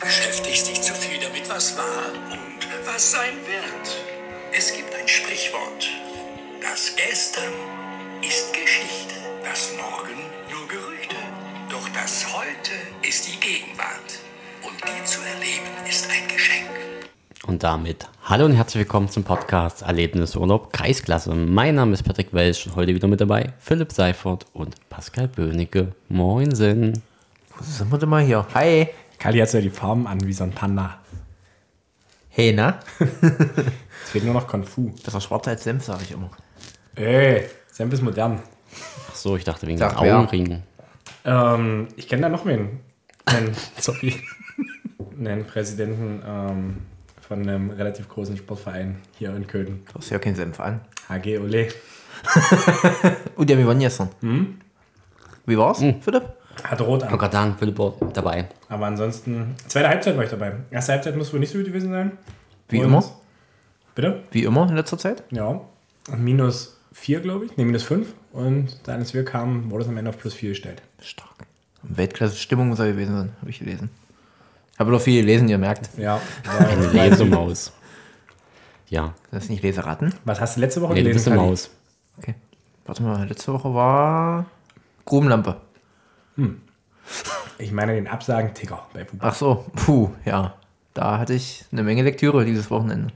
beschäftigst dich zu viel damit, was war und was sein wird. Es gibt ein Sprichwort. Das Gestern ist Geschichte, das Morgen nur Gerüchte. Doch das Heute ist die Gegenwart. Und die zu erleben ist ein Geschenk. Und damit hallo und herzlich willkommen zum Podcast Erlebnis Urlaub Kreisklasse. Mein Name ist Patrick Welsch und heute wieder mit dabei Philipp Seifert und Pascal Böhnecke. Moinsen. Wo sind wir denn mal hier? Hi. Kali hat ja die Farben an wie so ein Panda. Hey, na? Es fehlt nur noch Kung Fu. Besser schwarz als Senf, sage ich immer. Ey, Senf ist modern. Ach so, ich dachte wegen Sag den wer. Augenringen. Ähm, ich kenne da noch wen. Einen, sorry. Einen Präsidenten ähm, von einem relativ großen Sportverein hier in Köln. Du hast ja keinen Senf an. HG Ole. Oh, der wir waren gestern. Wie war's, Philipp? Hat rot Oh an. Gott, dann Philipp war dabei. Aber ansonsten, zweite Halbzeit war ich dabei. Erste Halbzeit muss wohl nicht so gut gewesen sein. Wie Und- immer. Bitte? Wie immer in letzter Zeit. Ja. Minus 4, glaube ich. Ne, minus 5. Und dann, als wir kamen, wurde es am Ende auf plus 4 gestellt. Stark. Weltklasse-Stimmung muss er gewesen sein, habe ich gelesen. Habe doch viel gelesen, ihr merkt. Ja. aber- Lesemaus. Ja, Das ist nicht Leseratten. Was hast du letzte Woche nee, du bist gelesen? eine Kali? Maus. Okay. Warte mal, letzte Woche war Grubenlampe. Ich meine den Absagen-Ticker bei Pupa. Ach so, puh, ja. Da hatte ich eine Menge Lektüre dieses Wochenende.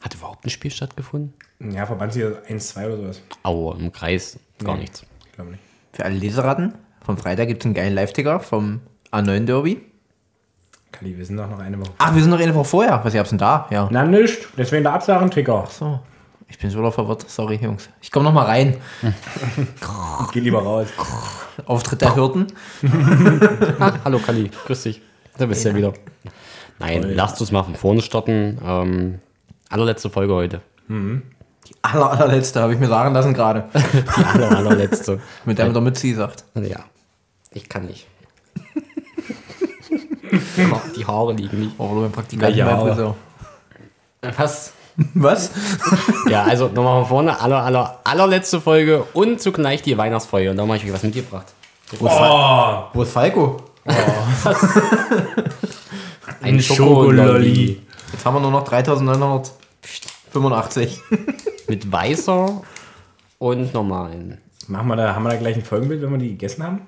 Hat überhaupt ein Spiel stattgefunden? Ja, Verbandsliga 1, 2 oder sowas. Aua, im Kreis gar Nee. nichts. Ich glaube nicht. Für alle Leseratten, vom Freitag gibt es einen geilen Live-Ticker vom A9 Derby. Kali, wir sind doch noch eine Woche. Ach, wir sind noch eine Woche vorher. Was, ihr habt's denn da? Ja. Na, nicht. Deswegen der Absagen-Ticker. So, ich bin so noch verwirrt. Sorry, Jungs. Ich komme nochmal rein. Geh lieber raus. Auftritt der Hürden. Hallo Kali, grüß dich. Da bist du ja wieder. Nein, lasst uns mal von vorne starten. Ähm, allerletzte Folge heute. Aller, allerletzte habe ich mir sagen lassen gerade. Die aller, allerletzte. Mit der mit der Mütze sagt. ja, ich kann nicht. Gott, Die Haare liegen nicht. Oh, mein Praktikanten Welche beim Haare? Friseur. Was? Was? Ja, also nochmal von vorne, aller, aller, allerletzte Folge und zugleich die Weihnachtsfolge. Und da habe ich euch was mitgebracht. Wo ist, Fal- Oh, Wo ist Falco? Ein Jetzt haben wir nur noch 3985. Mit weißer und normalen. Machen wir da, haben wir da gleich ein Folgenbild, wenn wir die gegessen haben?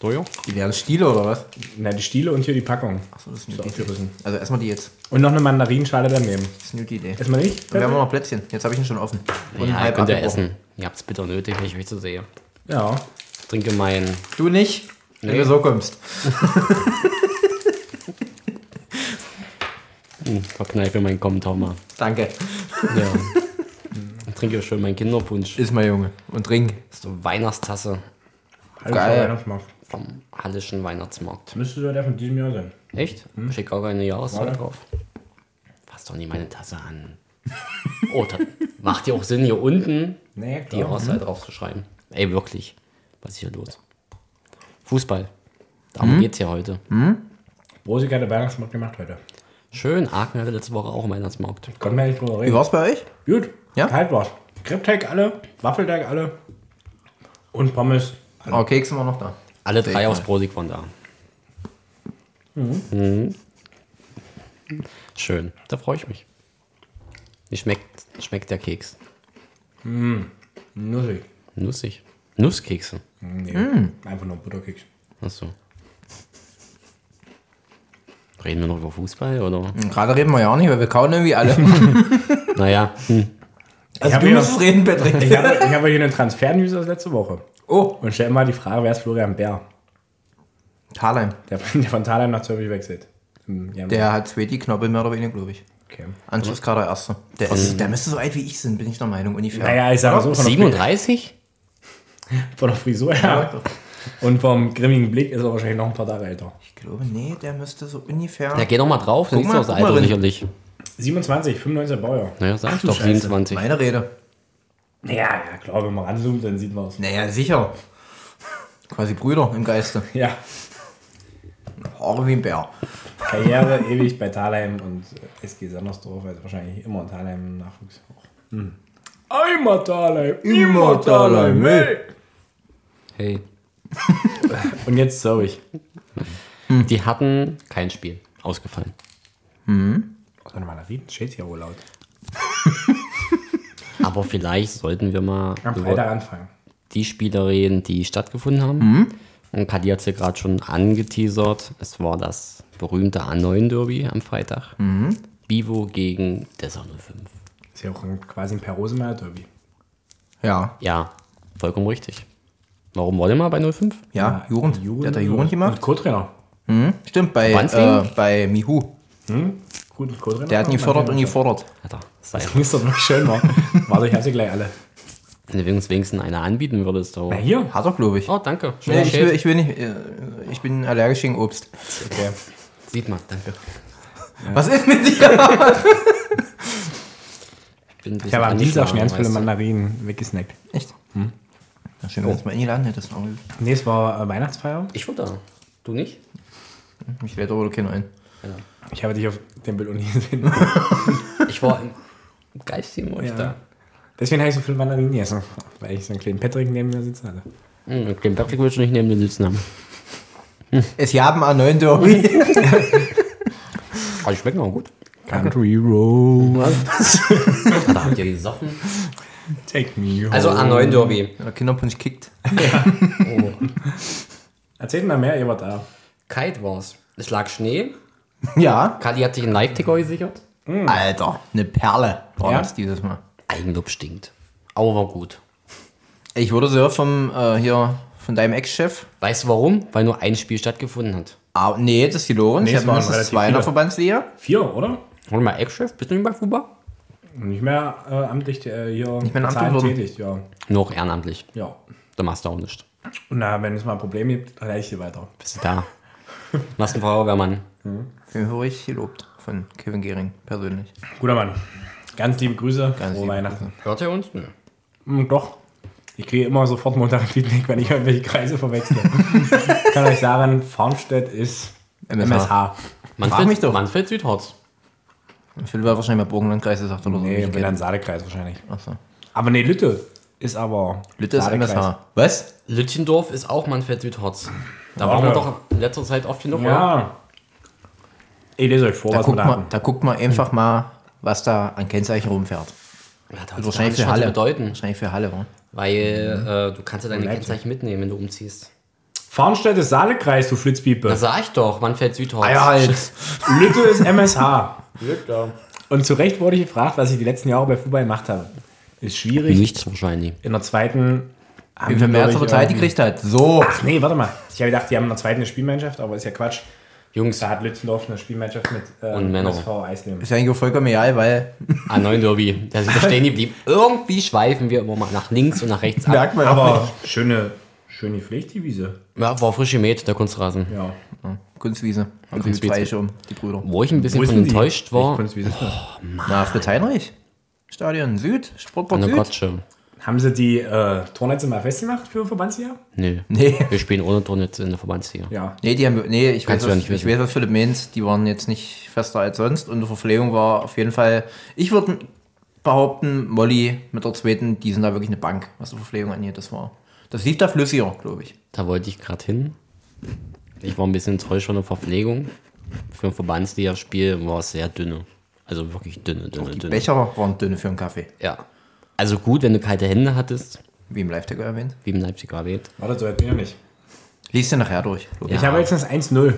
Dojo? Die wären Stiele oder was? Na, die Stiele und hier die Packung. Achso, das ist eine So, gute Idee. aufgerissen. Also erstmal die jetzt. Und noch eine Mandarinschale daneben. Das ist eine gute Idee. Dann Erstmal nicht? werden wir noch Plätzchen. Jetzt habe ich ihn schon offen. Und Ja, ihr halb könnt ja abgebrochen. essen. Ihr habt's bitter nötig, wenn ich euch so sehe. Ja. Ich trinke mein Du nicht, wenn Nee. du so kommst. hm, Verkneife meinen Kommentar mal. Danke. Ja. Ich trinke schön meinen Kinderpunsch. Ist mal Junge. Und trink. So Weihnachtstasse Hallo, Geil. Weihnachtsmarkt. vom Hallischen Weihnachtsmarkt. Müsste sogar der von diesem Jahr sein. Echt? Steht gar keine Jahreszahl Warte. drauf. Fass doch nie meine Tasse an. Oh, das macht ja auch Sinn, hier unten Nee, die Jahreszahl draufzuschreiben. Ey, wirklich. Was ist hier los? Fußball. Darum geht's ja heute. Brosig hat der Weihnachtsmarkt gemacht heute. Schön, Aachen hatte letzte Woche auch im Weihnachtsmarkt. Konnten wir nicht drüber Wie reden. war's bei euch? Gut. Ja? Kalt war's. Kripteig alle, Waffelteig alle und Pommes. Oh, Keks sind wir noch da. Alle Sehr drei geil. aus Brosig waren da. Mhm. Schön, da freue ich mich. Wie schmeckt, schmeckt der Keks? Nussig. Nussig. Nusskekse. Nee. Einfach nur Butterkeks. Achso. Reden wir noch über Fußball oder? Und Gerade reden wir ja auch nicht, weil wir kauen irgendwie alle. Naja, hm. Ich Also hab du hier- musst reden, Patrick. Ich habe, ich habe hier eine Transfer-News aus letzter Woche. Oh, Und stell mal die Frage, wer ist Florian Bär? Thalheim. Der, der von Thalheim nach Zürich wechselt. Im Januar. Der hat zwei die Knoppel mehr oder weniger, glaube ich. Okay. Anschlusskader Erster. Der, ist, der müsste so alt wie ich sein, bin ich der Meinung, ungefähr. Naja, ich sag mal so, von der, 37? Fri- von der Frisur her. Und vom grimmigen Blick ist er wahrscheinlich noch ein paar Tage älter. Ich glaube, nee, der müsste so ungefähr. Ja, geh doch mal drauf, dann Guck siehst du mal, das guck mal Alter rein. sicherlich. 27, 95er Baujahr. Naja, sag Ach ich du doch, Scheiße. 27. Meine Rede. Naja, ja, klar, wenn man ranzoomt, dann sieht man es. Naja, sicher. Quasi Brüder im Geiste. Ja, Auch wie ein Bär. Karriere ewig bei Thalheim und äh, SG Sandersdorf, also wahrscheinlich immer Thalheim im Nachwuchs. Auch. Hm. Immer Thalheim, Immer Thalheim, ey. Hey. Und jetzt Zürich. Die hatten kein Spiel ausgefallen. Aus einer Mandarin steht hier Urlaub. Aber vielleicht sollten wir mal Am Freitag über anfangen. die Spiele reden, die stattgefunden haben. Mhm. Und Kadi hat es ja gerade schon angeteasert. Es war das berühmte A9-Derby am Freitag. Mhm. Bivo gegen Dessau 05. Ist ja auch ein, quasi ein per Rosemeyer Derby. Ja. Ja, vollkommen richtig. Warum war der mal bei 05? Ja, Jugend. Der hat da Jugend Und gemacht. Co-Trainer. Hm? Stimmt, bei, Wanzling? äh, bei Mihu. Guten Hm? Co-Trainer. Der hat ihn gefördert und und gefordert. Alter, sei Ist doch noch schön, Mann. Warte, ich hab sie gleich alle. Oh. Wenn du uns wenigstens eine anbieten würdest. Na Aber. hier. Hat er, glaube ich. Oh, danke. Schön, Nee, ich, will, okay. ich will nicht. äh, Ich bin allergisch gegen Obst. Okay. Sieht man, danke. Was ist mit dir? Bin Ich habe am Dienstag schon ganz viele Mandarinen weggesnackt. Echt? Hm? Na schön, wenn du uns mal eingeladen hättest. aber Nee, es war äh, Weihnachtsfeier. Ich wurde da. Du nicht? Mich lädt aber keiner ein. Ich habe dich auf dem Bild ohnehin gesehen. Ich war im geistigen Urlaub Ja. da. Deswegen habe ich so viel Mandarinen gegessen. Weil ich so einen kleinen Patrick neben mir sitzen hatte. Hm, okay, den Patrick willst du nicht neben den sitzen haben. Es haben einen neuen Derby. Aber Ah, die schmecken auch gut. Country Road. Da habt ihr gesoffen. Take me home. Also A9 Derby. Der Kinderpunsch kickt. Oh. Erzählt mal mehr, ihr wart da. Kalt war's. Es lag Schnee. Ja. Kali hat sich einen Live-Ticker gesichert. Hm. Alter, eine Perle war Ja? das dieses Mal. Eigenlob stinkt. Aber war gut. Ich wurde so vom, äh, hier, von deinem Ex-Chef. Weißt du warum? Weil nur ein Spiel stattgefunden hat. Ah, nee, das ist gelogen. Nee, ich es habe waren mindestens relativ zwei in der viele. Verbandsliga. Vier, oder? Warte mal, Ex-Chef, bist du nicht bei Fuba? Nicht mehr äh, amtlich äh, hier nicht mehr in Amt geworden. tätig, ja. Noch ehrenamtlich. ja. Da machst du auch nichts. Und na, wenn es mal ein Problem gibt, reiche ich dir weiter. Bist du da? Machst einen Feuerwehrmann. Den höre ich gelobt von Kevin Gehring persönlich. Guter Mann. Ganz liebe Grüße. Ganz Frohe liebe Weihnachten. Hört er uns? Nö. Hm, doch. Ich kriege immer sofort Montag ein Feedback, wenn ich irgendwelche Kreise verwechsel. ich kann euch sagen, Farmstedt ist MSH. MSH. Oh, Manfred, mich doch. Manfred Südhorst. Und Philipp hat wahrscheinlich mal Burgenlandkreis gesagt oder so. Nee, Ich kenn- Milan-Saale-Kreis wahrscheinlich. Achso. Aber nee, Lütte ist aber. Lütte ist Saale-Kreis. MSH. Was? Lütchendorf ist auch Manfred Südhorst. Da Ja, waren wir ja. doch in letzter Zeit oft genug. oder? Ja. Ich lese euch vor, Da was wir guckt, da mal, hatten. da guckt man einfach mal, was da an Kennzeichen rumfährt. Ja, da Wird hat's gar nichts mehr zu bedeuten. Wahrscheinlich für Halle, oder? Weil Mhm. äh, du kannst ja deine Leipzig. Kennzeichen mitnehmen, wenn du umziehst. Farmstedt ist Saale-Kreis, du Flitzpiepe. Das sag ich doch, Manfred Ah, Südhorst. halt. Lütte ist MSH. Und zu Recht wurde ich gefragt, was ich die letzten Jahre bei Fußball gemacht habe. Ist schwierig. Nichts wahrscheinlich. In der zweiten. haben Wie viel die, mehr glaub ich, Zeit irgendwie- gekriegt hat. So. Ach nee, warte mal. Ich habe gedacht, die haben in der zweiten eine Spielmannschaft, aber ist ja Quatsch. Jungs, Da hat Lützendorf eine Spielmannschaft mit äh, Und Männer. SV Eisleben. Ist ja eigentlich auch vollkommen egal, weil A9 Ah, Derby, da sind wir stehen geblieben. Irgendwie schweifen wir immer mal nach links und nach rechts ab. merkt man aber Aber schöne, schöne Pflicht, die Wiese. Ja, war frisch gemäht, der Kunstrasen. Ja. Kunstwiese. Haben sie Kunstwiese. zwei schon, die Brüder. Wo ich ein Wo bisschen ist von denn die? enttäuscht Ich war, Oh. find's Wiese. Na, Fritz Heinrich. Stadion Süd, Sportpark eine Süd. Kotsche. Haben sie die äh, Tornetze mal festgemacht für Verbandsjahr? Nö. Nee. Wir spielen ohne Tornitz in der Verbandsliga. Ja. Nee, die haben, nee, ich weiß, Kannst du ja was, nicht ich wissen. weiß, was Philipp meint. Die waren jetzt nicht fester als sonst. Und die Verpflegung war auf jeden Fall, ich würde behaupten, Molly mit der zweiten, die sind da wirklich eine Bank, was die Verpflegung angeht. Das war, das lief da flüssiger, glaube ich. Da wollte ich gerade hin. Ich war ein bisschen enttäuscht von der Verpflegung. Für ein Verbandsligaspiel war es sehr dünne. Also wirklich dünne, dünne, dünne. Becher waren dünne für einen Kaffee, Ja. Also gut, wenn du kalte Hände hattest, wie im live erwähnt. wie im Leipziger erwähnt. Warte, so weit bin ich noch nicht. Lies dir nachher durch. glaub Ja. Ich habe jetzt das 1-0.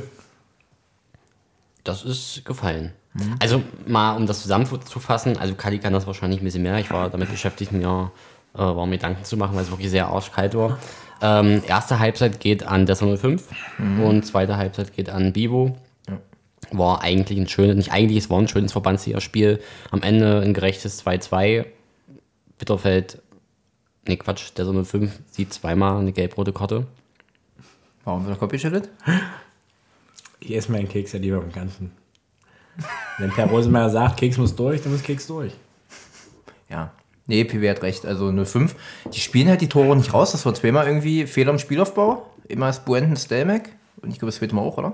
Das ist gefallen. Also mal, um das zusammenzufassen, also Kali kann das wahrscheinlich ein bisschen mehr. Ich war damit beschäftigt, mir äh, war mir Gedanken zu machen, weil es wirklich sehr arschkalt war. Ähm, erste Halbzeit geht an Dessau 05 und zweite Halbzeit geht an Bibo. War eigentlich ein schönes, nicht eigentlich, es war ein schönes Verbandsligaspiel. Am Ende ein gerechtes 2-2. Bitterfeld, nee Quatsch, Dessau 05 sieht zweimal eine gelb-rote Karte. Warum wird der Kopf geschüttelt? Ich esse meinen Keks ja lieber im Ganzen. Wenn Per Rosemeyer sagt, Keks muss durch, dann muss Keks durch. Ja. Nee, PW hat recht. Also 05. Die spielen halt die Tore nicht raus. Das war zweimal irgendwie Fehler im Spielaufbau. Immer ist Buenten Stelmek. Und ich glaube, das zweite Mal auch, oder?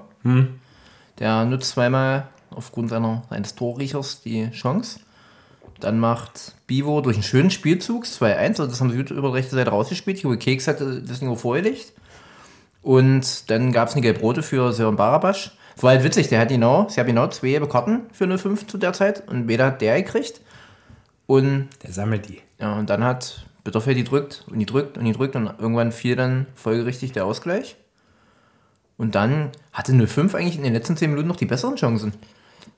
Der nutzt zweimal aufgrund seiner, seines Torriechers die Chance. Dann macht Bivo durch einen schönen Spielzug 2-1. Also das haben sie gut über die rechte Seite rausgespielt. Ich glaube, Keks hatte das Ding auch vorgelegt. Und dann gab es eine Gelb-Rote für Sören Barabasch. Es war halt witzig, der hat genau, sie haben genau zwei gelbe Karten für 05 zu der Zeit und weder hat der gekriegt. Und Der sammelt die. ja, und dann hat Bitterfeld die drückt und die drückt und die drückt und irgendwann fiel dann folgerichtig der Ausgleich. Und dann hatte 05 eigentlich in den letzten 10 Minuten noch die besseren Chancen.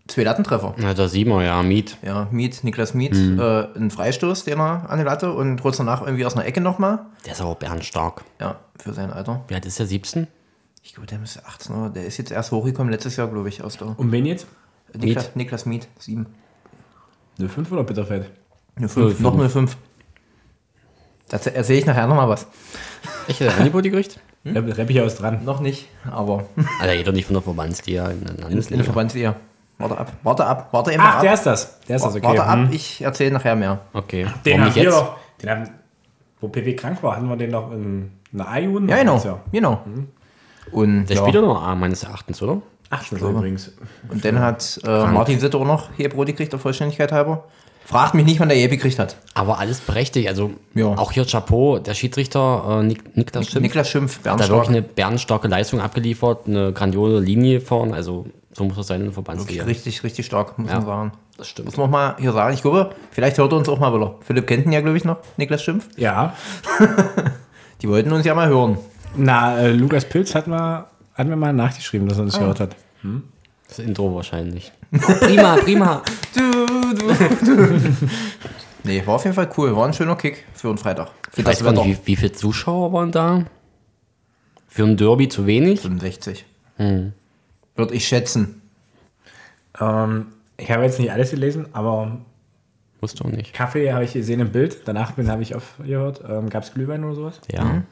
Zwei Lattentreffer. Na, da sieht man Also ja, Miet. Ja, Miet, Niklas Miet, äh, ein Freistoß, den er an die Latte und kurz danach irgendwie aus einer Ecke nochmal. Der ist aber bernstark. Ja, für sein Alter. Wie alt ist der? 17? Ich glaube, der müsste 18 oder der ist jetzt erst hochgekommen letztes Jahr, glaube ich, aus der. Um wen jetzt? Niklas, Niklas Miet, 7. 05 oder Bitterfeld? 05, noch 05. Dazu erzähle ich nachher nochmal was. Ich hätte ein Angebot gekriegt. Hm? Reppichau ist dran. Noch nicht, aber Alter, geht doch nicht von der Verbandsliga in den in der Landesliga. Verbandsliga. Warte ab, warte ab, warte eben Ach, ab. der ist das. Der ist das, okay. Warte ab, Hm. ich erzähle nachher mehr. Okay. Warum Den haben nicht wir jetzt? doch. Den haben, wo PW krank war, hatten wir den noch in einer A-Jugend. Ja, genau. Ja. Mhm. genau. Und, Der ja. spielt doch noch A meines Erachtens, oder? 18 übrigens. und dann hat äh, Martin Sitter auch noch hier Brot gekriegt, der Vollständigkeit halber. Fragt mich nicht, wann der je gekriegt hat. Aber alles berechtigt. Also Ja. auch hier Chapeau, der Schiedsrichter äh, Nick, Nick das Schimpf, Niklas Schimpf, hat da Bernstorff. wirklich eine bernstarke Leistung abgeliefert, eine grandiose Linie vorn. Also so muss das sein in der Verbandsliga. Richtig, richtig stark, muss Ja. man sagen. Das Muss stimmt. man auch mal hier sagen. Ich glaube, vielleicht hört er uns auch mal wieder. Philipp kennt ihn ja, glaube ich, noch. Niklas Schimpf. Ja. Die wollten uns ja mal hören. Na, äh, Lukas Pilz hatten wir, hatten wir mal nachgeschrieben, dass er das gehört hat. Das Intro wahrscheinlich. prima, prima. Nee, war auf jeden Fall cool. War ein schöner Kick für einen Freitag. Für Ich weiß gar nicht, wie, wie viele Zuschauer waren da? Für ein Derby zu wenig? 65. Hm. Würde ich schätzen. Ähm, ich habe jetzt nicht alles gelesen, aber Wusste doch nicht. Kaffee habe ich gesehen im Bild. Danach bin habe ich aufgehört. Ähm, Gab es Glühwein oder sowas? Ja.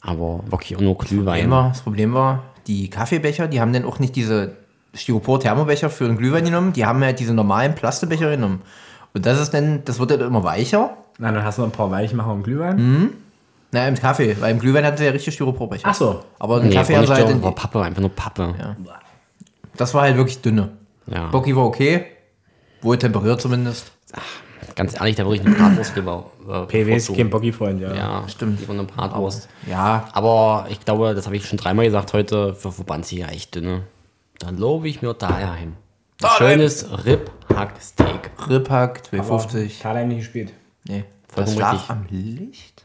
Aber wirklich auch nur Glühwein. Mhm. Immer, das Problem war, die Kaffeebecher, die haben dann auch nicht diese Styropor-Thermobecher für den Glühwein genommen, die haben ja diese normalen Plastebecher genommen. Und das ist dann, das wird dann immer weicher. Nein, dann hast du noch ein paar Weichmacher und Glühwein. Mhm. Naja, im Kaffee, weil im Glühwein hatten sie ja richtig Styroporbecher. Ach so. Aber im Nee, Kaffee war haben nicht sie halt, Derby, war den, Pappe, einfach nur Pappe. Ja. das war halt wirklich dünne. Bocky war okay, wohl temperiert zumindest. Ganz ehrlich, da würde ich eine Bratwurst gebaut. Äh, PW ist bevorzugen. kein Boggy-Freund, ja. Ja, stimmt. Lieber eine Bratwurst. Ja, Aber ich glaube, das habe ich schon dreimal gesagt heute, für Verbandsliga echt dünne. Dann lobe ich mir daheim. Ein Daheim. schönes Rib-Hack-Steak. Ripack, Aber 250. Thalheim nicht gespielt. Nee, das vollkommen lag richtig. am Licht?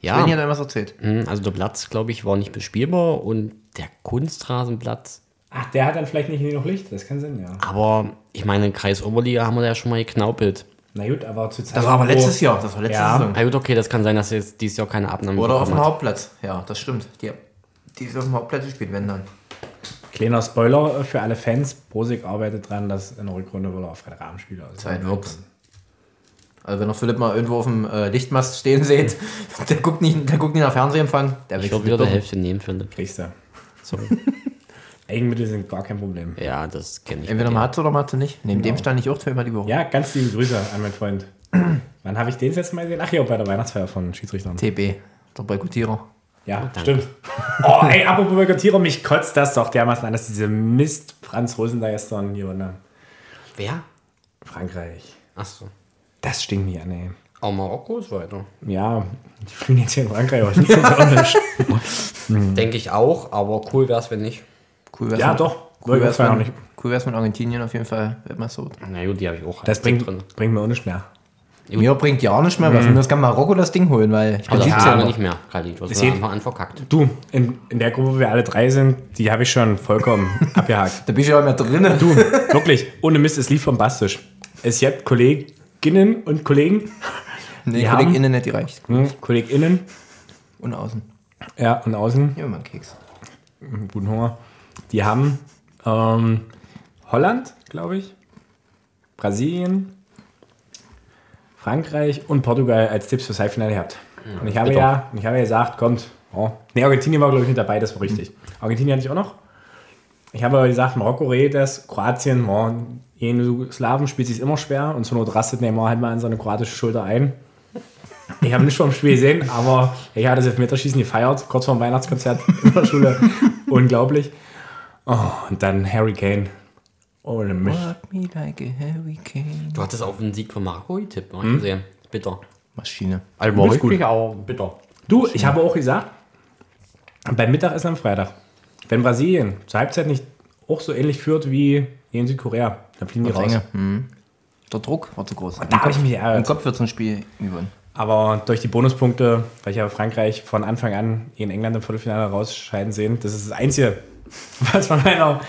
Ja, Sven hat irgendwas erzählt. mh, also der Platz, glaube ich, war nicht bespielbar und der Kunstrasenplatz. Ach, der hat dann vielleicht nicht genug Licht. Das kann Sinn, ja. Aber ich meine, Kreis Oberliga haben wir da ja schon mal geknaupelt. Na gut, aber zu Zeiten. Das war aber wo- letztes Jahr, das war letzte Oh. Ja. Saison. Na gut, okay, das kann sein, dass jetzt dieses Jahr keine Abnahme Oder auf dem bekommen hat. Hauptplatz. Ja, das stimmt. Die, die ist auf dem Hauptplatz gespielt, wenn dann. Kleiner Spoiler für alle Fans. Brosig arbeitet dran, dass in der Rückrunde wohl auf Rahmenspieler ist. Zeit wirkt's. Also wenn noch Philipp mal irgendwo auf dem äh, Lichtmast stehen seht, der guckt nicht, der guckt nicht nach Fernsehempfang. Der Ich wechselt würde wieder mit die um. Hälfte nehmen, Philipp. Kriegst du. Sorry. Eigenmittel sind gar kein Problem. ja, das kenne ich. Entweder bei dir. man hat's oder man hat's nicht. Neben dem stand ich auch zweimal die Woche. Ja, ganz liebe Grüße an meinen Freund. Wann habe ich den das letzte Mal gesehen? Ach ja, bei der Weihnachtsfeier von Schiedsrichtern. TB, der Boykottierer. Ja, stimmt. Oh, ey, apropos Boykottierer, mich kotzt das doch dermaßen an, dass diese Mist Franz Rosen da gestern hier ne? und dann Wer? Frankreich. Achso. Das stinkt mich an, ey. Auch Marokko ist weiter. Ja, die fliegen jetzt hier in Frankreich, aber nicht so nicht. Denke ich auch, aber cool wäre es, wenn nicht. Cool wär's Ja, mit, doch. Cool wär's, Boykott war mit, noch cool wär's mit Argentinien auf jeden Fall Weltmeister. wird. Na gut, die habe ich auch. Das halbwegs bringt, drin. bringt mir auch nichts mehr. Mir bringt ja auch nichts mehr. Was das kann Marokko das Ding holen, weil ich bin Aber das haben 17. wir noch. Also nicht mehr, Kali. Du hast sieht- am Anfang an verkackt. Du, in, in der Gruppe, wo wir alle drei sind, die habe ich schon vollkommen abgehakt. Da bin ich ja auch mehr drinnen. Du, wirklich, ohne Mist, es lief bombastisch. Es gibt Kolleginnen und Kollegen, Nee, Wir Kollegen haben- innen nicht gereicht. hm, KollegInnen, Und außen. ja, und außen, Immer mal einen Keks. guten Hunger, die haben ähm, Holland, glaube ich, Brasilien, Frankreich und Portugal als Tipps fürs Halbfinale gehabt. Und ich habe bitter. ja, ich habe ja gesagt, kommt. Oh. Ne, Argentinien war, glaube ich, mit dabei, das war richtig. Argentinien hatte ich auch noch. Ich habe aber gesagt, Marokko redet das, Kroatien, oh, jeden Jugoslawen spielt sich immer schwer und zur Not rastet Neymar halt mal an seine kroatische Schulter ein. Ich habe nicht vom Spiel gesehen, aber ich hatte das Elfmeterschießen gefeiert, kurz vor dem Weihnachtskonzert in der Schule. Unglaublich. Oh, und dann Harry Kane. Ohne mich. Rock me like a hurricane. Du hattest auf den Sieg von Marokko getippt, ne? Ich gesehen. Bitter. Maschine. Also war richtig, aber bitter. Du, ich habe auch gesagt, beim Mittagessen am Freitag, wenn Brasilien zur Halbzeit nicht auch so ähnlich führt wie in Südkorea, dann fliegen die raus. Enge. Hm. Der Druck war zu groß. Da habe ich mich äh, Im geärgert. Kopf wird so ein Spiel gewonnen. Aber durch die Bonuspunkte, weil ich ja Frankreich von Anfang an in England im Viertelfinale rausscheiden sehen, das ist das Einzige, was man halt meiner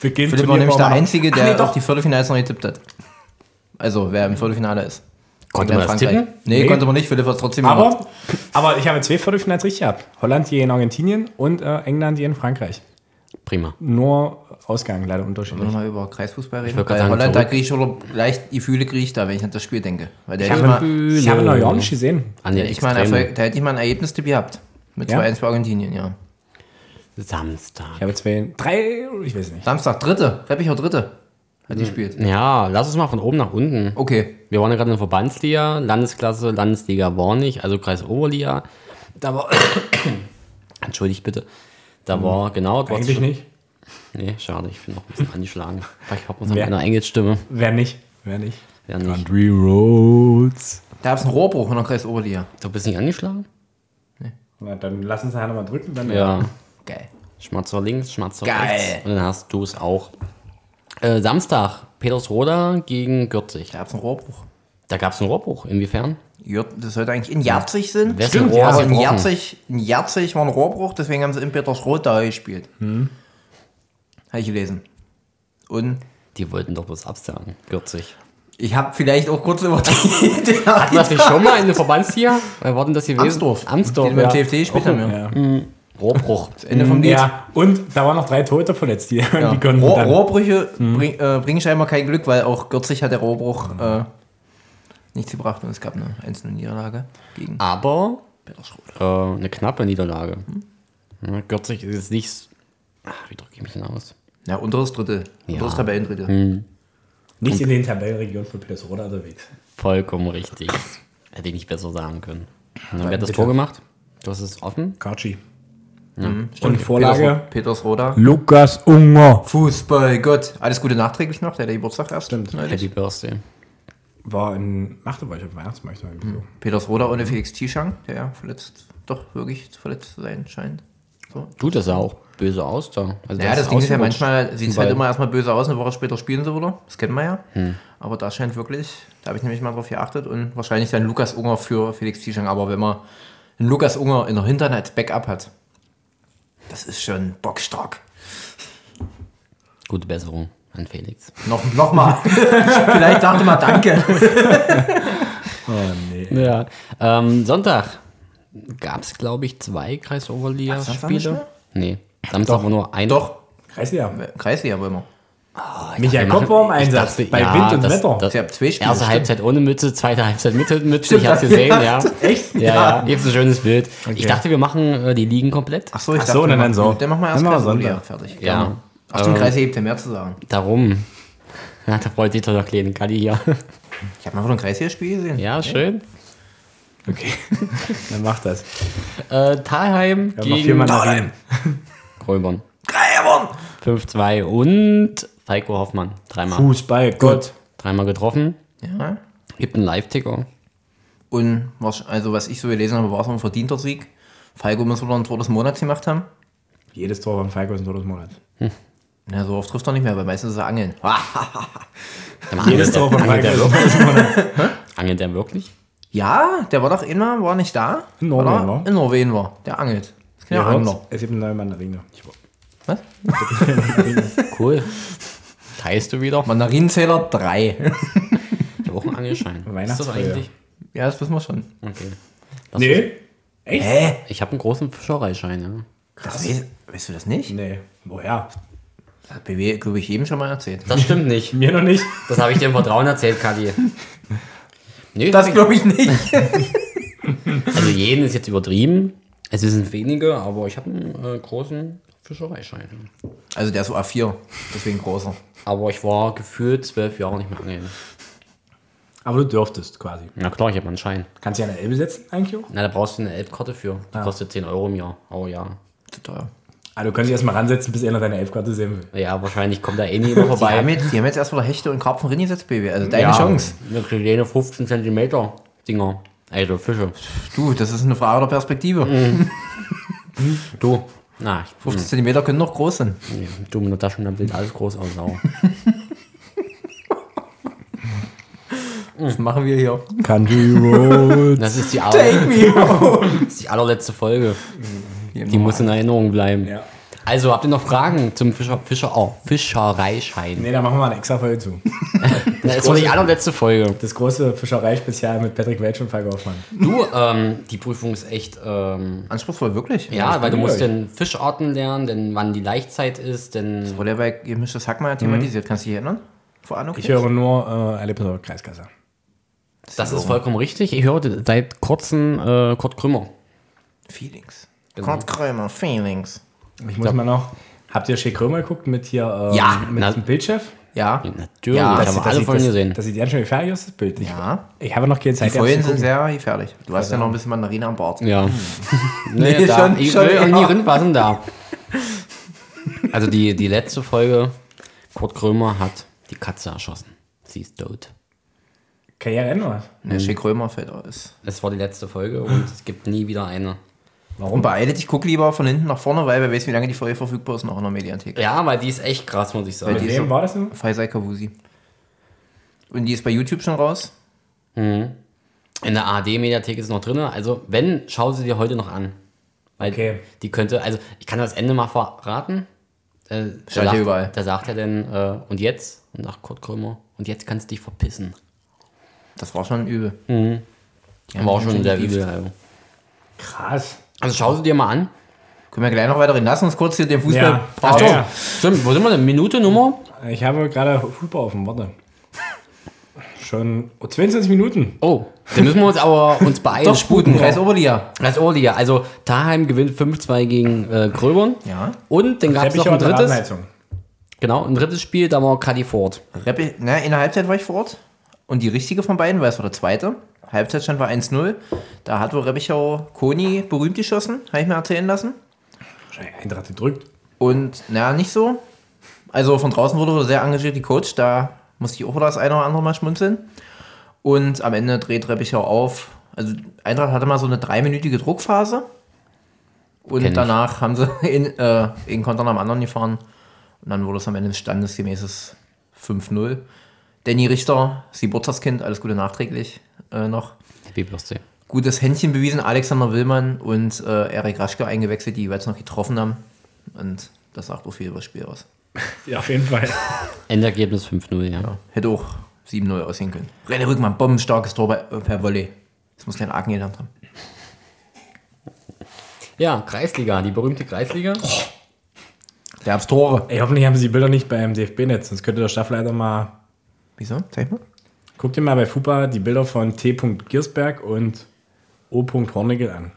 Beginn Philipp war nämlich der Einzige, der nee, auch doch. die Viertelfinals noch getippt hat. Also, wer im Viertelfinale ist. Konnte Gegen man das Frankreich. tippen? Nee, Nee. konnte man nicht. Philipp hat es trotzdem gemacht. aber, aber ich habe zwei Viertelfinals richtig gehabt. Holland je in Argentinien und äh, England je in Frankreich. Prima. Nur Ausgang leider unterschiedlich. Wollen wir mal über Kreisfußball reden? wollte Bei gerade sagen, Holland, da zurück. kriege ich schon leicht Gefühle, kriege ich da, wenn ich an das Spiel denke. Weil der Ich hätte habe, mal, Gefühle. ich habe noch gar nicht gesehen. An der den hätte ich mal, einen Extremen. Erfolg- der hätte ich mal ein Ergebnistipp gehabt. Mit Ja? 2-1 für Argentinien, ja. Ich Samstag. habe zwei, drei, ich weiß nicht. Samstag, dritte. Reppicher dritte. Hat die gespielt. Ja, lass uns mal von oben nach unten. Okay. Wir waren ja gerade in der Verbandsliga, Landesklasse, Landesliga war nicht, also Kreis Oberliga. Da war. Entschuldigt bitte. Da war, genau, trotz- Eigentlich nicht. Nee, schade, ich bin noch ein bisschen angeschlagen. Vielleicht hat man es an Wer- meiner Engelsstimme. Wer nicht? Wer nicht? Ja, nicht. Three Roads. Da gab es einen Rohrbruch in der Kreis Oberliga. Du bist nicht angeschlagen? Na, dann lass uns nachher nochmal drücken. Dann Ja. Geil. Schmatzer links, Schmatzer Geil. rechts. Und dann hast du es auch. Äh, Samstag, Petersroda gegen Gürzig. Da gab es einen Rohrbruch. Da gab es einen Rohrbruch. Inwiefern? Jür- Das sollte eigentlich in Jarzig sind. Wessen Stimmt, Rohr aber ist in gebrochen? Jarzig, in Jarzig war ein Rohrbruch, deswegen haben sie in Petersroth da gespielt. Habe ich gelesen. Und Die wollten doch bloß absagen. Gürzig. ich habe vielleicht auch kurz über die den Hatten wir das nicht schon mal in der Verbandsliga? Wer war denn das gewesen? Amsdorf. Amsdorf, Den beim ja. TFT gespielt haben. Ja. Ja. Rohrbruch. Ende Mhm. vom Lied. ja, und da waren noch drei Tote verletzt, die Ja. irgendwie konnten. Rohr, dann- Rohrbrüche bring, äh, bringen scheinbar kein Glück, weil auch Gürzig hat der Rohrbruch äh, nichts gebracht und es gab eine einzelne Niederlage gegen Ah. Aber Petersroth. äh, eine knappe Niederlage. Ja, Gürzig ist jetzt nichts. Ach, wie drücke ich mich denn aus? Ja, unteres Drittel. Unteres Tabellendrittel. Nicht in den Tabellenregionen von Petersroda unterwegs. Vollkommen richtig. Hätte ich nicht besser sagen können. Und dann wird das bitte. Tor gemacht. Du hast es offen. Kachi. Stimmt, Und Vorlage? Petersroth- Petersroda. Lukas Unger. Fußball, Gott. Alles Gute nachträglich noch, der hat ja Geburtstag erst. Stimmt. neulich. Happy Birthday. War in Magdeburg auf dem Weihnachtsmarkt. irgendwie so. Peters Roder ohne Felix Tieschang, der ja verletzt, doch wirklich verletzt zu sein scheint. So. Du, das sah auch böse aus da. Also Ja, das das, Ding ist ja ausgerutscht. manchmal, sieht es halt Weil- immer erstmal böse aus, eine Woche später spielen sie wieder. Das kennen wir ja. Aber da scheint wirklich, da habe ich nämlich mal drauf geachtet und wahrscheinlich dann Lukas Unger für Felix Tieschang. Aber wenn man einen Lukas Unger in der Hintern als Backup hat, das ist schon bockstark. Gute Besserung an Felix. Noch, noch mal. Vielleicht dachte man Danke. Oh nee. Ja. Ähm, Sonntag gab es, glaube ich, zwei Samstag nicht Kreisoberliga-Spiele. mehr? Nee, Samstag war nur ein. Doch, Kreisliga. Kreisliga aber immer. Michael Kopp war im Einsatz. bei Wind und Wetter. Das, Ich habe zwei Spiele. erste stimmt. Halbzeit ohne Mütze, zweite Halbzeit mit Mütze. Ich hab's gesehen, ja. Echt? Ja, ja. Gibt's ein schönes Bild. Ich dachte, wir machen äh, die Ligen komplett. Ach so, ich Ach so, dachte, dann- wir dann machen- so. Dann machen wir erst Dann machen wir Kreisliga Sonntag. fertig. Ja. Ach, stimmt, Ähm, Kreis hebt ja mehr zu sagen. Darum. Ja, da freut sich doch der kleine Kalli hier. Ich habe mal von einem Kreis hier Spiel gesehen. Ja, schön. Okay. Dann mach das. Äh, Talheim Ja, mach gegen viermal Nadine. Gröbern. Gräbern! 5-2 und Falco Hoffmann. Dreimal. Fußball, Gott. Dreimal getroffen. Ja. Gibt einen Live-Ticker. Und was, also was ich so gelesen habe, war es ein verdienter Sieg. Falco muss wohl noch ein Tor des Monats gemacht haben. Jedes Tor von Falco ist ein Tor des Monats. Ja, so oft trifft er nicht mehr, weil meistens ist er angeln. Ah, Jedes Tor von Falco Angelt ist der ein Tor wirklich? des Monats. Angelt der wirklich? Ja, der war doch immer, war nicht da. In Norwegen Oder? war. In Norwegen war. Der angelt. Das kann Ja, ja, Angler. Es gibt eine neue Mandarine. Ich Was? Cool. Teilst du wieder? Mandarinenzähler 3. Ich habe auch einen Angelschein. Ist das Weihnachtsfeier. eigentlich? ja, das wissen wir schon. Okay. nee. Echt? Hä? Ich habe einen großen Fischereischein, ja. Das weiß, weißt du das nicht? Nee. Woher? Das hat BW, glaube ich, jedem schon mal erzählt. Das stimmt nicht. Mir noch nicht. Das habe ich dir im Vertrauen erzählt, Kadi. Nee, Das glaube ich nicht. also jeden ist jetzt übertrieben. Es sind wenige, aber ich habe einen äh, großen Fischereischein. Also der ist so A4, deswegen großer. Aber ich war gefühlt zwölf Jahre nicht mehr angeln. Aber du dürftest quasi. Na klar, ich habe einen Schein. Kannst du ja eine Elbe setzen, eigentlich auch? Na, da brauchst du eine Elbkarte für. Die kostet 10 Euro im Jahr. Oh ja. Zu teuer. Ah, du kannst dich erstmal ransetzen, bis einer deine Elbkarte sehen will. Ja, wahrscheinlich kommt da eh nie jemand Die haben vorbei. jetzt, die haben jetzt erst wieder Hechte und Karpfen drin gesetzt, Baby. Also deine ja, Chance. Eine kleine 15 cm Dinger. Also Fische. Du, das ist eine Frage der Perspektive. Du, Na, ich 50 Zentimeter können noch groß sein. dumme Taschenlampe sieht alles groß aus. Sau. Das machen wir hier. Country Road. Das ist die, aller, me home. das ist die allerletzte Folge. Die muss in Erinnerung bleiben. ja. Also, habt ihr noch Fragen zum Fischer, Fischer, oh, Fischereischein? Nee, da machen wir eine extra Folge zu. Das ist doch die allerletzte Folge. Das große Fischerei-Spezial mit Patrick Welch und Falk Hoffmann. Du, ähm, die Prüfung ist echt, ähm, Anspruchsvoll, wirklich? Also, ja, weil du musst durch. den Fischarten lernen, denn wann die Laichzeit ist, denn Wurde ja bei gemischtes Hack mal thematisiert. Kannst du dich erinnern? Vor Ahnung? Ich höre nur äh, Erlebnisse Kreiskasse. das ist vollkommen richtig. Ich hörte seit kurzem äh, Kurt Krümmer. Feelings. Kurt Krömer, Feelings. Ich muss mal noch. Habt ihr Shea Krömer geguckt mit hier ähm, Ja, mit na- dem Bildchef? Ja. Natürlich, Ja, ich das- habe alle sieht, Folgen das, gesehen. Das sieht ganz schön gefährlich aus, das Bild. Ich, Ja. ich habe noch keine Zeit. Die Folien zu sind gucken. sehr gefährlich. Du hast ja noch ein bisschen Mandarine am Bart. ja. Hm. nee, Nee, da, schon- ich schon, will ja. irgendwie drin, was denn da? Also die, die letzte Folge, Kurt Krömer hat die Katze erschossen. Sie ist tot. Karriereende oder was? Der Schick Krömer fällt aus. Das war die letzte Folge und es gibt nie wieder eine. Und beeile dich, guck lieber von hinten nach vorne, weil wer weiß, wie lange die Folge verfügbar ist noch in der Mediathek. Ja, weil die ist echt krass, muss ich sagen. Weil die- Mit ist wem so- war das denn? Faisal Kavusi. Und die ist bei YouTube schon raus. In der ARD-Mediathek ist noch drin. Also, wenn, schau sie dir heute noch an. Weil Okay. die könnte, also ich kann das Ende mal verraten. Äh, da, Steht ja sagt, überall. da sagt er dann, äh, und jetzt? Und sagt Kurt Krömer, und jetzt kannst du dich verpissen. Das war schon übel. Ja, War auch schon sehr gebieft. übel. Also. Krass. also schau sie dir mal an. Können wir gleich noch weiterreden. Lass uns kurz hier den Fußball. Ah, Ja. Ach, Ach so, ja. stimmt. Wo sind wir denn? Minute Nummer? Ich habe gerade Fußball auf dem Warte. Schon 22 Minuten. Oh, dann müssen wir uns aber uns beeilen. Doch, Sputen, Genau. Kreis Oberliga. Das Ohrliga. Also, Taheim gewinnt 5-2 gegen äh, Gröbern. Ja. Und dann gab es noch Teppichhaut ein und drittes. Rasenheizung. Genau, ein drittes Spiel, da war Cuddy Ford. Reppi, na, ne, in der Halbzeit war ich vor Ort. Und die richtige von beiden, weil es war der zweite. Halbzeitstand war 1-0. Da hat wohl Reppichau Koni berühmt geschossen, habe ich mir erzählen lassen. Wahrscheinlich Eintracht gedrückt. Und na, nicht so. Also von draußen wurde wohl sehr engagiert gecoacht. Da musste ich auch das eine oder andere Mal schmunzeln. Und am Ende dreht Reppichau auf. Also Eintracht hatte mal so eine dreiminütige Druckphase. Und Kenn ich. danach haben sie in, äh, in Konter am anderen gefahren. Und dann wurde es am Ende ein standesgemäßes 5-0. Danny Richter, sie Kind, alles Gute nachträglich äh, noch. Happy Birthday. Gutes Händchen bewiesen, Alexander Willmann und äh, Erik Raschke eingewechselt, die jeweils noch getroffen haben. Und das sagt auch viel über das Spiel aus. Ja, auf jeden Fall. Endergebnis 5-0, ja. Hätte auch 7-0 aussehen können. René Rückmann, bombenstarkes Tor bei, äh, per Volley. Das muss kein Argen gelernt haben. Ja, Kreisliga, die berühmte Kreisliga. Der hat's Tore. Ey, hoffentlich haben sie die Bilder nicht beim DFB-Netz, sonst könnte der Staffleiter mal Wieso? Zeig mal. Guck dir mal bei FUPA die Bilder von T. Giersberg und O. Hornigel an.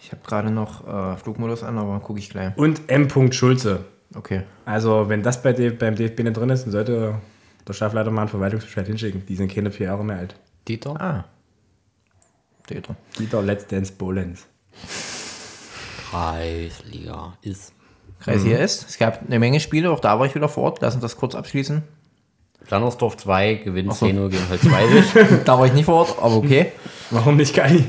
Ich habe gerade noch äh, Flugmodus an, aber gucke ich gleich. Und M. Schulze. Okay. Also, wenn das bei D beim DFB nicht drin ist, dann sollte der Schafleiter mal einen Verwaltungsbescheid hinschicken. Die sind keine vier Jahre mehr alt. Dieter. Ah. Dieter. Dieter Let's Dance Bolens. Kreisliga ist. Kreis hier ist. Es gab eine Menge Spiele, auch da war ich wieder vor Ort. Lass uns das kurz abschließen. Landersdorf 2 gewinnt 10-0 gegen Holzweisig. da war ich nicht vor Ort, aber okay. Warum nicht Kali?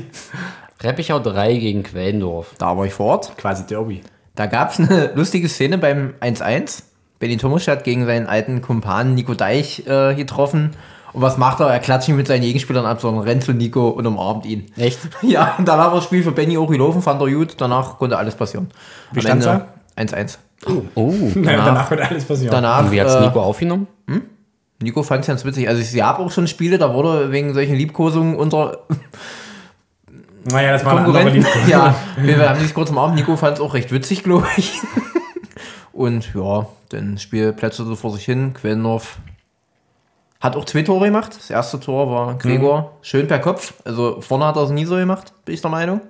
Reppichau 3 gegen Quellendorf. Da war ich vor Ort. Quasi Derby. Da gab es eine lustige Szene beim 1-1. Benny Thomas hat gegen seinen alten Kumpan Nico Deich äh, getroffen. Und was macht er? Er klatscht ihn mit seinen Gegenspielern ab, sondern rennt zu Nico und umarmt ihn. Echt? Ja, und danach war das Spiel für Benny auch gelaufen, fand er gut. Danach konnte alles passieren. Wie stand's 1-1. Oh. Naja, danach wird alles passieren. Danach, Und wie hat's äh, Nico aufgenommen? Nico fand es ganz witzig. Also es gab auch schon Spiele, da wurde wegen solchen Liebkosungen unter Naja, das war eine andere Konkurrenten. Liebe. Ja, wir haben sich kurz am Abend. Nico fand es auch recht witzig, glaube ich. Und ja, dann Spiel plätscherte vor sich hin. Quellendorf hat auch zwei Tore gemacht. Das erste Tor war Gregor. Mhm. Schön per Kopf. Also vorne hat er es nie so gemacht, bin ich der Meinung.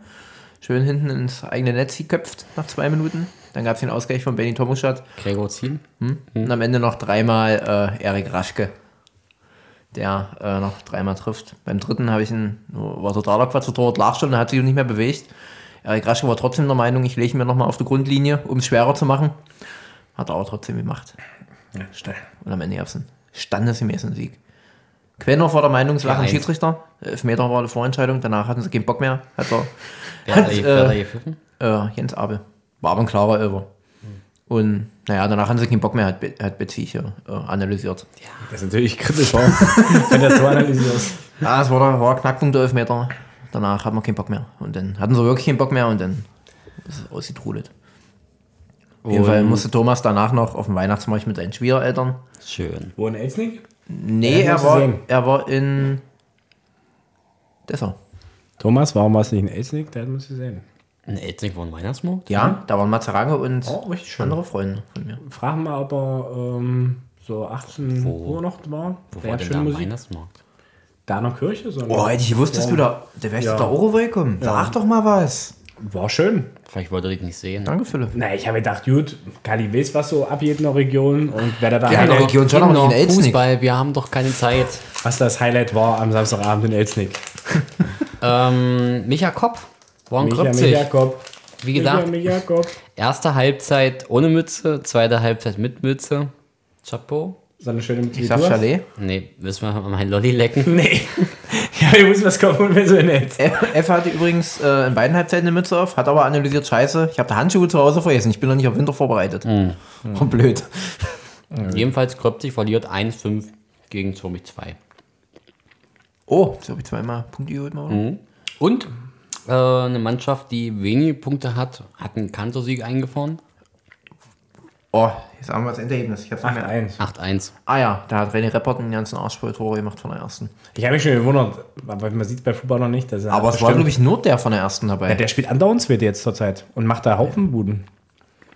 Schön hinten ins eigene Netz geköpft nach zwei Minuten. Dann gab es den Ausgleich von Benny Tomuschat. Gregor Ziel. Und am Ende noch dreimal äh, Erik Raschke, der äh, noch dreimal trifft. Beim dritten habe ich ihn, war totaler Quatsch, der Torwart lag schon, der hat sich nicht mehr bewegt. Erik Raschke war trotzdem der Meinung, ich lege ihn mir nochmal auf die Grundlinie, um es schwerer zu machen. Hat er aber trotzdem gemacht. Ja, schnell. Und am Ende gab es einen standesgemäßen Sieg. Quenner war der Meinung, es lag Ja, ein eins. Schiedsrichter. Elfmeter war eine Vorentscheidung, danach hatten sie keinen Bock mehr. Hat, er, Wer hat hat da ge- wer hat da äh, gepfiffen? äh, Jens Abel. War aber ein klarer Elfer. Und naja, danach haben sie keinen Bock mehr, hat, Be hat Betsy hier äh, analysiert. Das ist natürlich kritisch, wa? wenn das so analysierst. Ja, Ah, es war, der- war der Knackpunkt der Elfmeter. Danach hatten wir keinen Bock mehr. Und dann hatten sie wirklich keinen Bock mehr und dann ist es ausgetrudelt. Auf jeden Fall musste Thomas danach noch auf den Weihnachtsmarkt mit seinen Schwiegereltern. Schön. Wo in Elsnick? Nee, Ja, er muss war, ich sehen. er war in Dessau. Thomas, warum warst du nicht in Elsnick? Der hat uns gesehen. In Elznig war ein Weihnachtsmarkt? Ja, Mhm. da waren Mazerange und Oh, richtig schön. andere Freunde von mir. Fragen mal, ob er ähm, so 18 Wo? Uhr noch war. Wo Der war hat denn schöne da ein Musik. Weihnachtsmarkt? Da noch Kirche? So Oh, hätte ich gewusst, dass du da, da wärst Ja. du da auch gekommen. Sag doch mal was. War schön. Vielleicht wollte ich nicht sehen. Danke, Philipp. Na, ich habe gedacht, gut, Kali weiß, was so abgeht in der Region und wer da da Ja, Highlight- doch, genau. Region schon, aber nicht in Elznig. Fußball, wir haben doch keine Zeit. was das Highlight war am Samstagabend in Elsnick. Ähm, Micha Kopp, Warren Micha Kröpzig. Jakob. Wie gesagt, Micha Jakob. erste Halbzeit ohne Mütze, zweite Halbzeit mit Mütze. Chapeau. So eine schöne Ich sag Chalet. Nee, müssen wir mal meinen Lolli lecken. Nee. ja, wir müssen was kaufen, wenn so in Elz. F, F hatte übrigens äh, in beiden Halbzeiten eine Mütze auf, hat aber analysiert, scheiße, ich habe die Handschuhe zu Hause vergessen, ich bin noch nicht auf Winter vorbereitet. Oh, blöd. Jedenfalls Kröpzig verliert 1-5 gegen Zurmich 2. Oh, jetzt habe ich zweimal Punkte geholt. Mal, oder? Und äh, eine Mannschaft, die wenige Punkte hat, hat einen Kantersieg eingefahren. Oh, jetzt haben wir das Endergebnis. Ich hab's nicht mehr. 8-1. 8-1. Ah ja, da hat René Reppert den ganzen Arsch voll Tore gemacht von der ersten. Ich habe mich schon gewundert, aber man sieht es bei Fußball noch nicht. Dass er Aber es war, glaube ich, nur der von der ersten dabei. Ja, der spielt andauernd Zweite jetzt zurzeit und macht da Haufenbuden.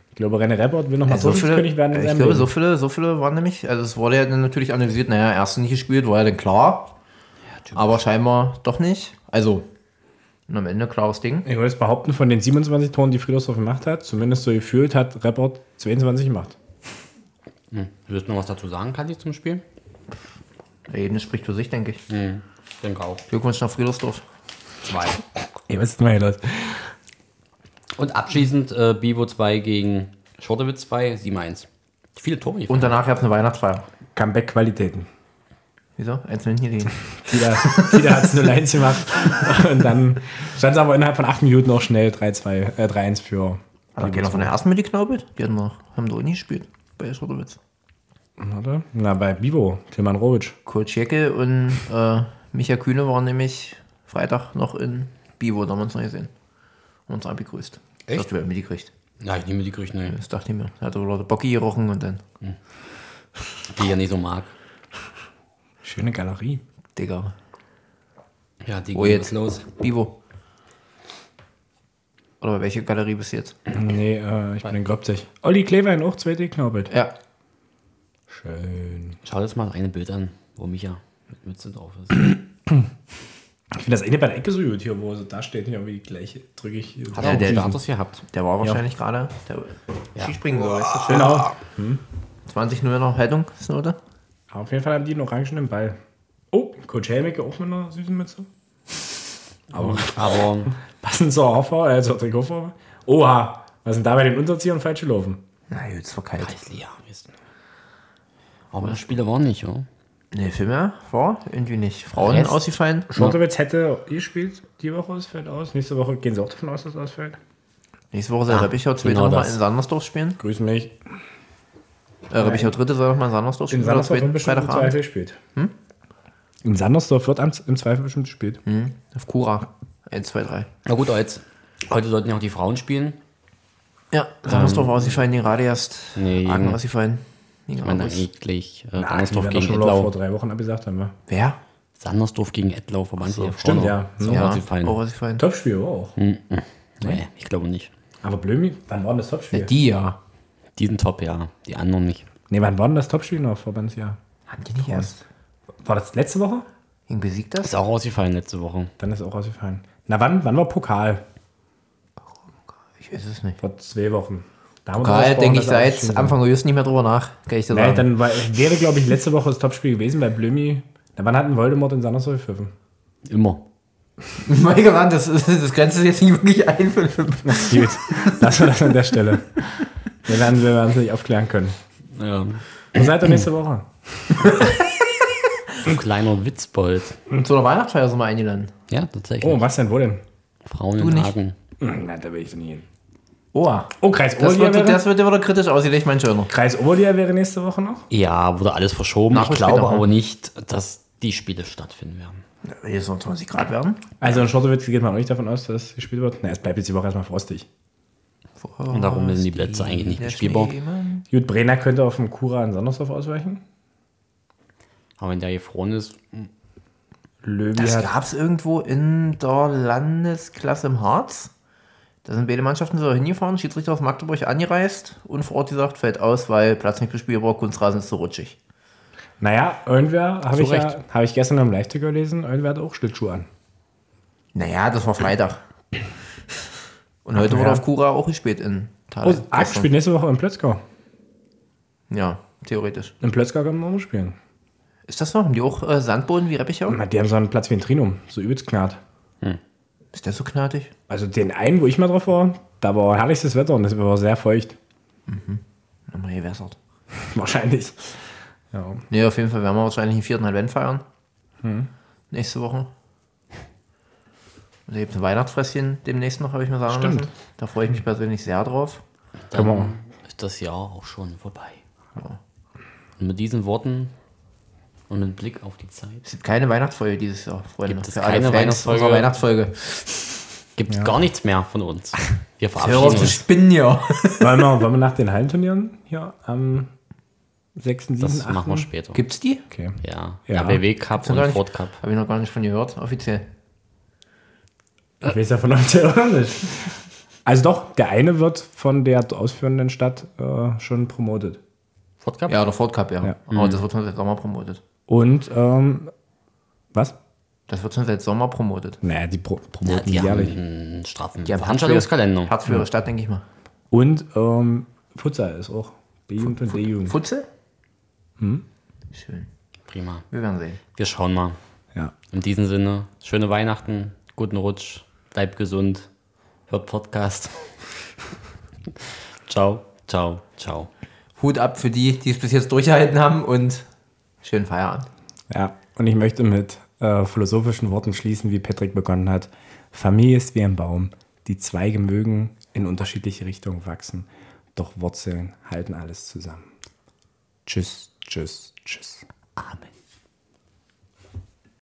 Ich glaube, René Reppert will nochmal so viele, Torschützenkönig werden in Also ich seinem glaube, Leben. so viele, so viele waren nämlich, also es wurde ja dann natürlich analysiert, naja, ersten nicht gespielt, war ja dann klar. aber scheinbar doch nicht. Also, und am Ende klares Ding. Ich würde jetzt behaupten, von den 27 Toren, die Friedersdorf gemacht hat, zumindest so gefühlt, hat Reppert 22 gemacht. Willst du noch was dazu sagen, Kadi, zum Spiel? Ergebnis spricht für sich, denke ich. Ich denke auch. Glückwunsch nach Friedersdorf. Zwei. Ihr wisst mal, das. Und abschließend äh, Bivo 2 gegen Schortewitz 2, 7-1. Viele Tore. Und danach gab es eine Weihnachtsfeier. Comeback-Qualitäten. Wieso? Eins nicht gelegen. Tida, Tida hat es 0-1 gemacht. Und dann stand es aber innerhalb von 8 Minuten auch schnell 3-2, äh, 3-1 für. Hat da keiner von der ersten mitgeknaubelt? Die hatten noch, haben da nie gespielt. Bei Schotterwitz. Warte. Na, bei Bivo, Tilman Rovic. Coach Jecke und äh, Micha Kühne waren nämlich Freitag noch in Bivo, da haben wir uns noch gesehen. Haben uns alle begrüßt. Das hast du ja mitgekriegt. Ja, ich nehme die Gerüchte, ne, Das dachte ich mir. Da hat er Leute Bocki gerochen und dann, die ich ja nicht so mag. Schöne Galerie. Digga, Ja, die Wo gehen jetzt? los. Bivo. Oder bei welcher Galerie bist du jetzt? Nee, äh, ich bin in Gröpzig. Olli Klevein auch 2 geknaubelt. Ja. Schön. Schau dir jetzt mal das eine Bild an, wo Micha mit Mütze drauf ist. Ich finde das eine bei der Ecke so gut hier, wo so da steht, hier irgendwie gleich drücke ich. Hat Ja, er der- den Status gehabt? Der war wahrscheinlich gerade der Skispringen, so, weißt du schön. Genau. 20 nur in der Haltung, ist eine Note. Auf jeden Fall haben die einen orangenen Ball. Oh, Coach Helmicke auch mit einer süßen Mütze. Aber Passend zur Haarfarbe, äh, zur Trikotfarbe. Oha, was sind da bei den Unterziehern falsch gelaufen? Na, jetzt war kalt. Preisli, ja, wisst ihr. Aber das Spieler war nicht, oder? Nee, viel mehr war irgendwie nicht. Frauen Rest- ausgefallen. Schortowitz hätte gespielt, die Woche es fällt aus. Nächste Woche gehen sie auch davon aus, dass es ausfällt. Nächste Woche soll Ah, Reppichau zweite genau nochmal das. in Sandersdorf spielen. Grüß mich. Äh, Reppichau dritte soll nochmal in Sandersdorf spielen. In oder Sandersdorf wird zweite- bestimmt im Zweifel Freitagabend. gespielt. Hm? In Sandersdorf wird am- im Zweifel bestimmt gespielt. Auf Kura. 1, 2, 3. Na gut, aber jetzt, heute sollten ja auch die Frauen spielen. Ja, Sandersdorf war ausgefallen, den gerade erst. Ähm, Nee, Hagen gegen- ausgefallen. Gegen Ich meine, Aarhus. eigentlich äh, Ah, die Sandersdorf werden doch gegen schon wieder vor Ettlau. drei Wochen abgesagt haben wir. Wer? Sandersdorf gegen Ettlau, Verband so, stimmt, ja. ne? So Ja, Hm. ja. sie fein. auch ausgefallen. Topspiel war auch. Nee, ich glaube nicht. Aber Blömi, wann war denn das Topspiel? Die ja. Die sind top, ja. Die anderen nicht. Nee, wann war denn das Topspiel noch, Verbandsjahr? Haben die nicht erst? War das letzte Woche? Gegen besiegt das? Ist auch ausgefallen letzte Woche. Dann ist auch ausgefallen. Na, wann, wann war Pokal? Ich weiß es nicht. Vor zwei Wochen. Da haben wir Pokal gesprochen, denke ich dass alles seit schon so- Anfang August nicht mehr drüber nach. Kann ich dir Nee, sagen. dann war, wäre, glaube ich, letzte Woche das Topspiel gewesen bei Blömi. Na, wann hat denn Voldemort in Sandersdorf gepfiffen? Immer. Mein Gott, das, ist- das grenzt es jetzt nicht wirklich ein. Philipp. Gut, lassen wir das an der Stelle. Wir werden wir werden es nicht aufklären können. Ja. Wo seid ihr nächste Woche? Ein kleiner Witzbold. Und zu einer Weihnachtsfeier sind wir eingeladen. Ja, tatsächlich. Oh, was denn, Hm, wo denn? Frauen Du in nicht. Hagen. Na, da will ich nicht hin. Oha. Oh, Kreis Das Oberliga wird, wäre, das wird ja wieder kritisch ausgelegt, mein Schöner. Kreis Oberliga wäre nächste Woche noch. Ja, wurde alles verschoben. Ich Nachholspiel glaube noch, ne? aber nicht, dass die Spiele stattfinden werden. Hier soll 20 Grad werden. Also in Schortowitz geht man auch nicht davon aus, dass es gespielt wird. Na, es bleibt jetzt die Woche erstmal frostig. Und darum sind die Plätze eigentlich nicht bespielbar. Gut, Brenner könnte auf dem Kura in Sandersdorf ausweichen. Aber wenn der gefroren ist, Löwy Das hat gab es irgendwo in der Landesklasse im Harz. Da sind beide Mannschaften so hingefahren, Schiedsrichter aus Magdeburg angereist und vor Ort gesagt, fällt aus, weil Platz nicht bespielbar, Kunstrasen ist zu rutschig. Naja, irgendwer, habe Zu ich, ja, Recht. hab ich gestern im Live-Ticker gelesen, irgendwer hat auch Schlittschuhe an. Naja, das war Freitag. Und heute wurde ja. auf Kura auch gespielt in Oh, Thailand. Axt spielt nächste Woche in Plötzkau. Ja, theoretisch. In Plötzkau kann man auch spielen. Ist das noch? Haben die auch äh, Sandboden wie Reppichau? Na, die haben so einen Platz wie ein Trinum, so übelst knarrt. Ist der so knartig? Also den einen, wo ich mal drauf war, da war herrlichstes Wetter und es war sehr feucht. Nochmal gewässert. Wahrscheinlich. Ja. Nee, auf jeden Fall werden wir wahrscheinlich den vierten Advent feiern. Nächste Woche. Und da gibt es ein Weihnachtsfresschen demnächst noch, habe ich mir sagen Stimmt. lassen. Da freue ich mich persönlich sehr drauf. dann Come on. ist das Jahr auch schon vorbei. Und mit diesen Worten und mit Blick auf die Zeit Es gibt keine Weihnachtsfolge dieses Jahr, Freunde. Gibt es alle keine Fans Weihnachtsfolge? unserer Weihnachtsfolge. gibt es gar nichts mehr von uns. Wir Hör auf verabschieden zu uns. spinnen ja. Wollen, wir, wollen wir nach den Hallenturnieren hier am 6., 7., Das 8.? machen wir später. Gibt's die? Okay. Ja, Ja. ja. RBW Cup Noch gar und nicht- Ford Cup. Habe ich noch gar nicht von gehört, offiziell. Ich weiß ja von euch selber nicht. Also doch, der eine wird von der ausführenden Stadt äh, schon promotet. Ford Cup? Ja, der Ford Cup, ja. Aber das wird schon seit Sommer promotet. Und, ähm, was? Das wird schon seit Sommer promotet. Naja, die pro Ja, promoten die haben jährlich. einen straffen Ja, Veranstaltungskalender. Herz für ihre Stadt, denke ich mal. Und, ähm, Futsal ist auch. B-Jugend und D-Jugend. Futze? Hm? Schön. Prima. Wir werden sehen. Wir schauen mal. Ja. In diesem Sinne, schöne Weihnachten, guten Rutsch, bleibt gesund, hört Podcast. ciao, ciao, ciao. Hut ab für die, die es bis jetzt durchgehalten haben und schönen Feierabend. Ja, und ich möchte mit äh, philosophischen Worten schließen, wie Patrick begonnen hat. Familie ist wie ein Baum. Die Zweige mögen in unterschiedliche Richtungen wachsen, doch Wurzeln halten alles zusammen. Tschüss, tschüss, tschüss. Amen.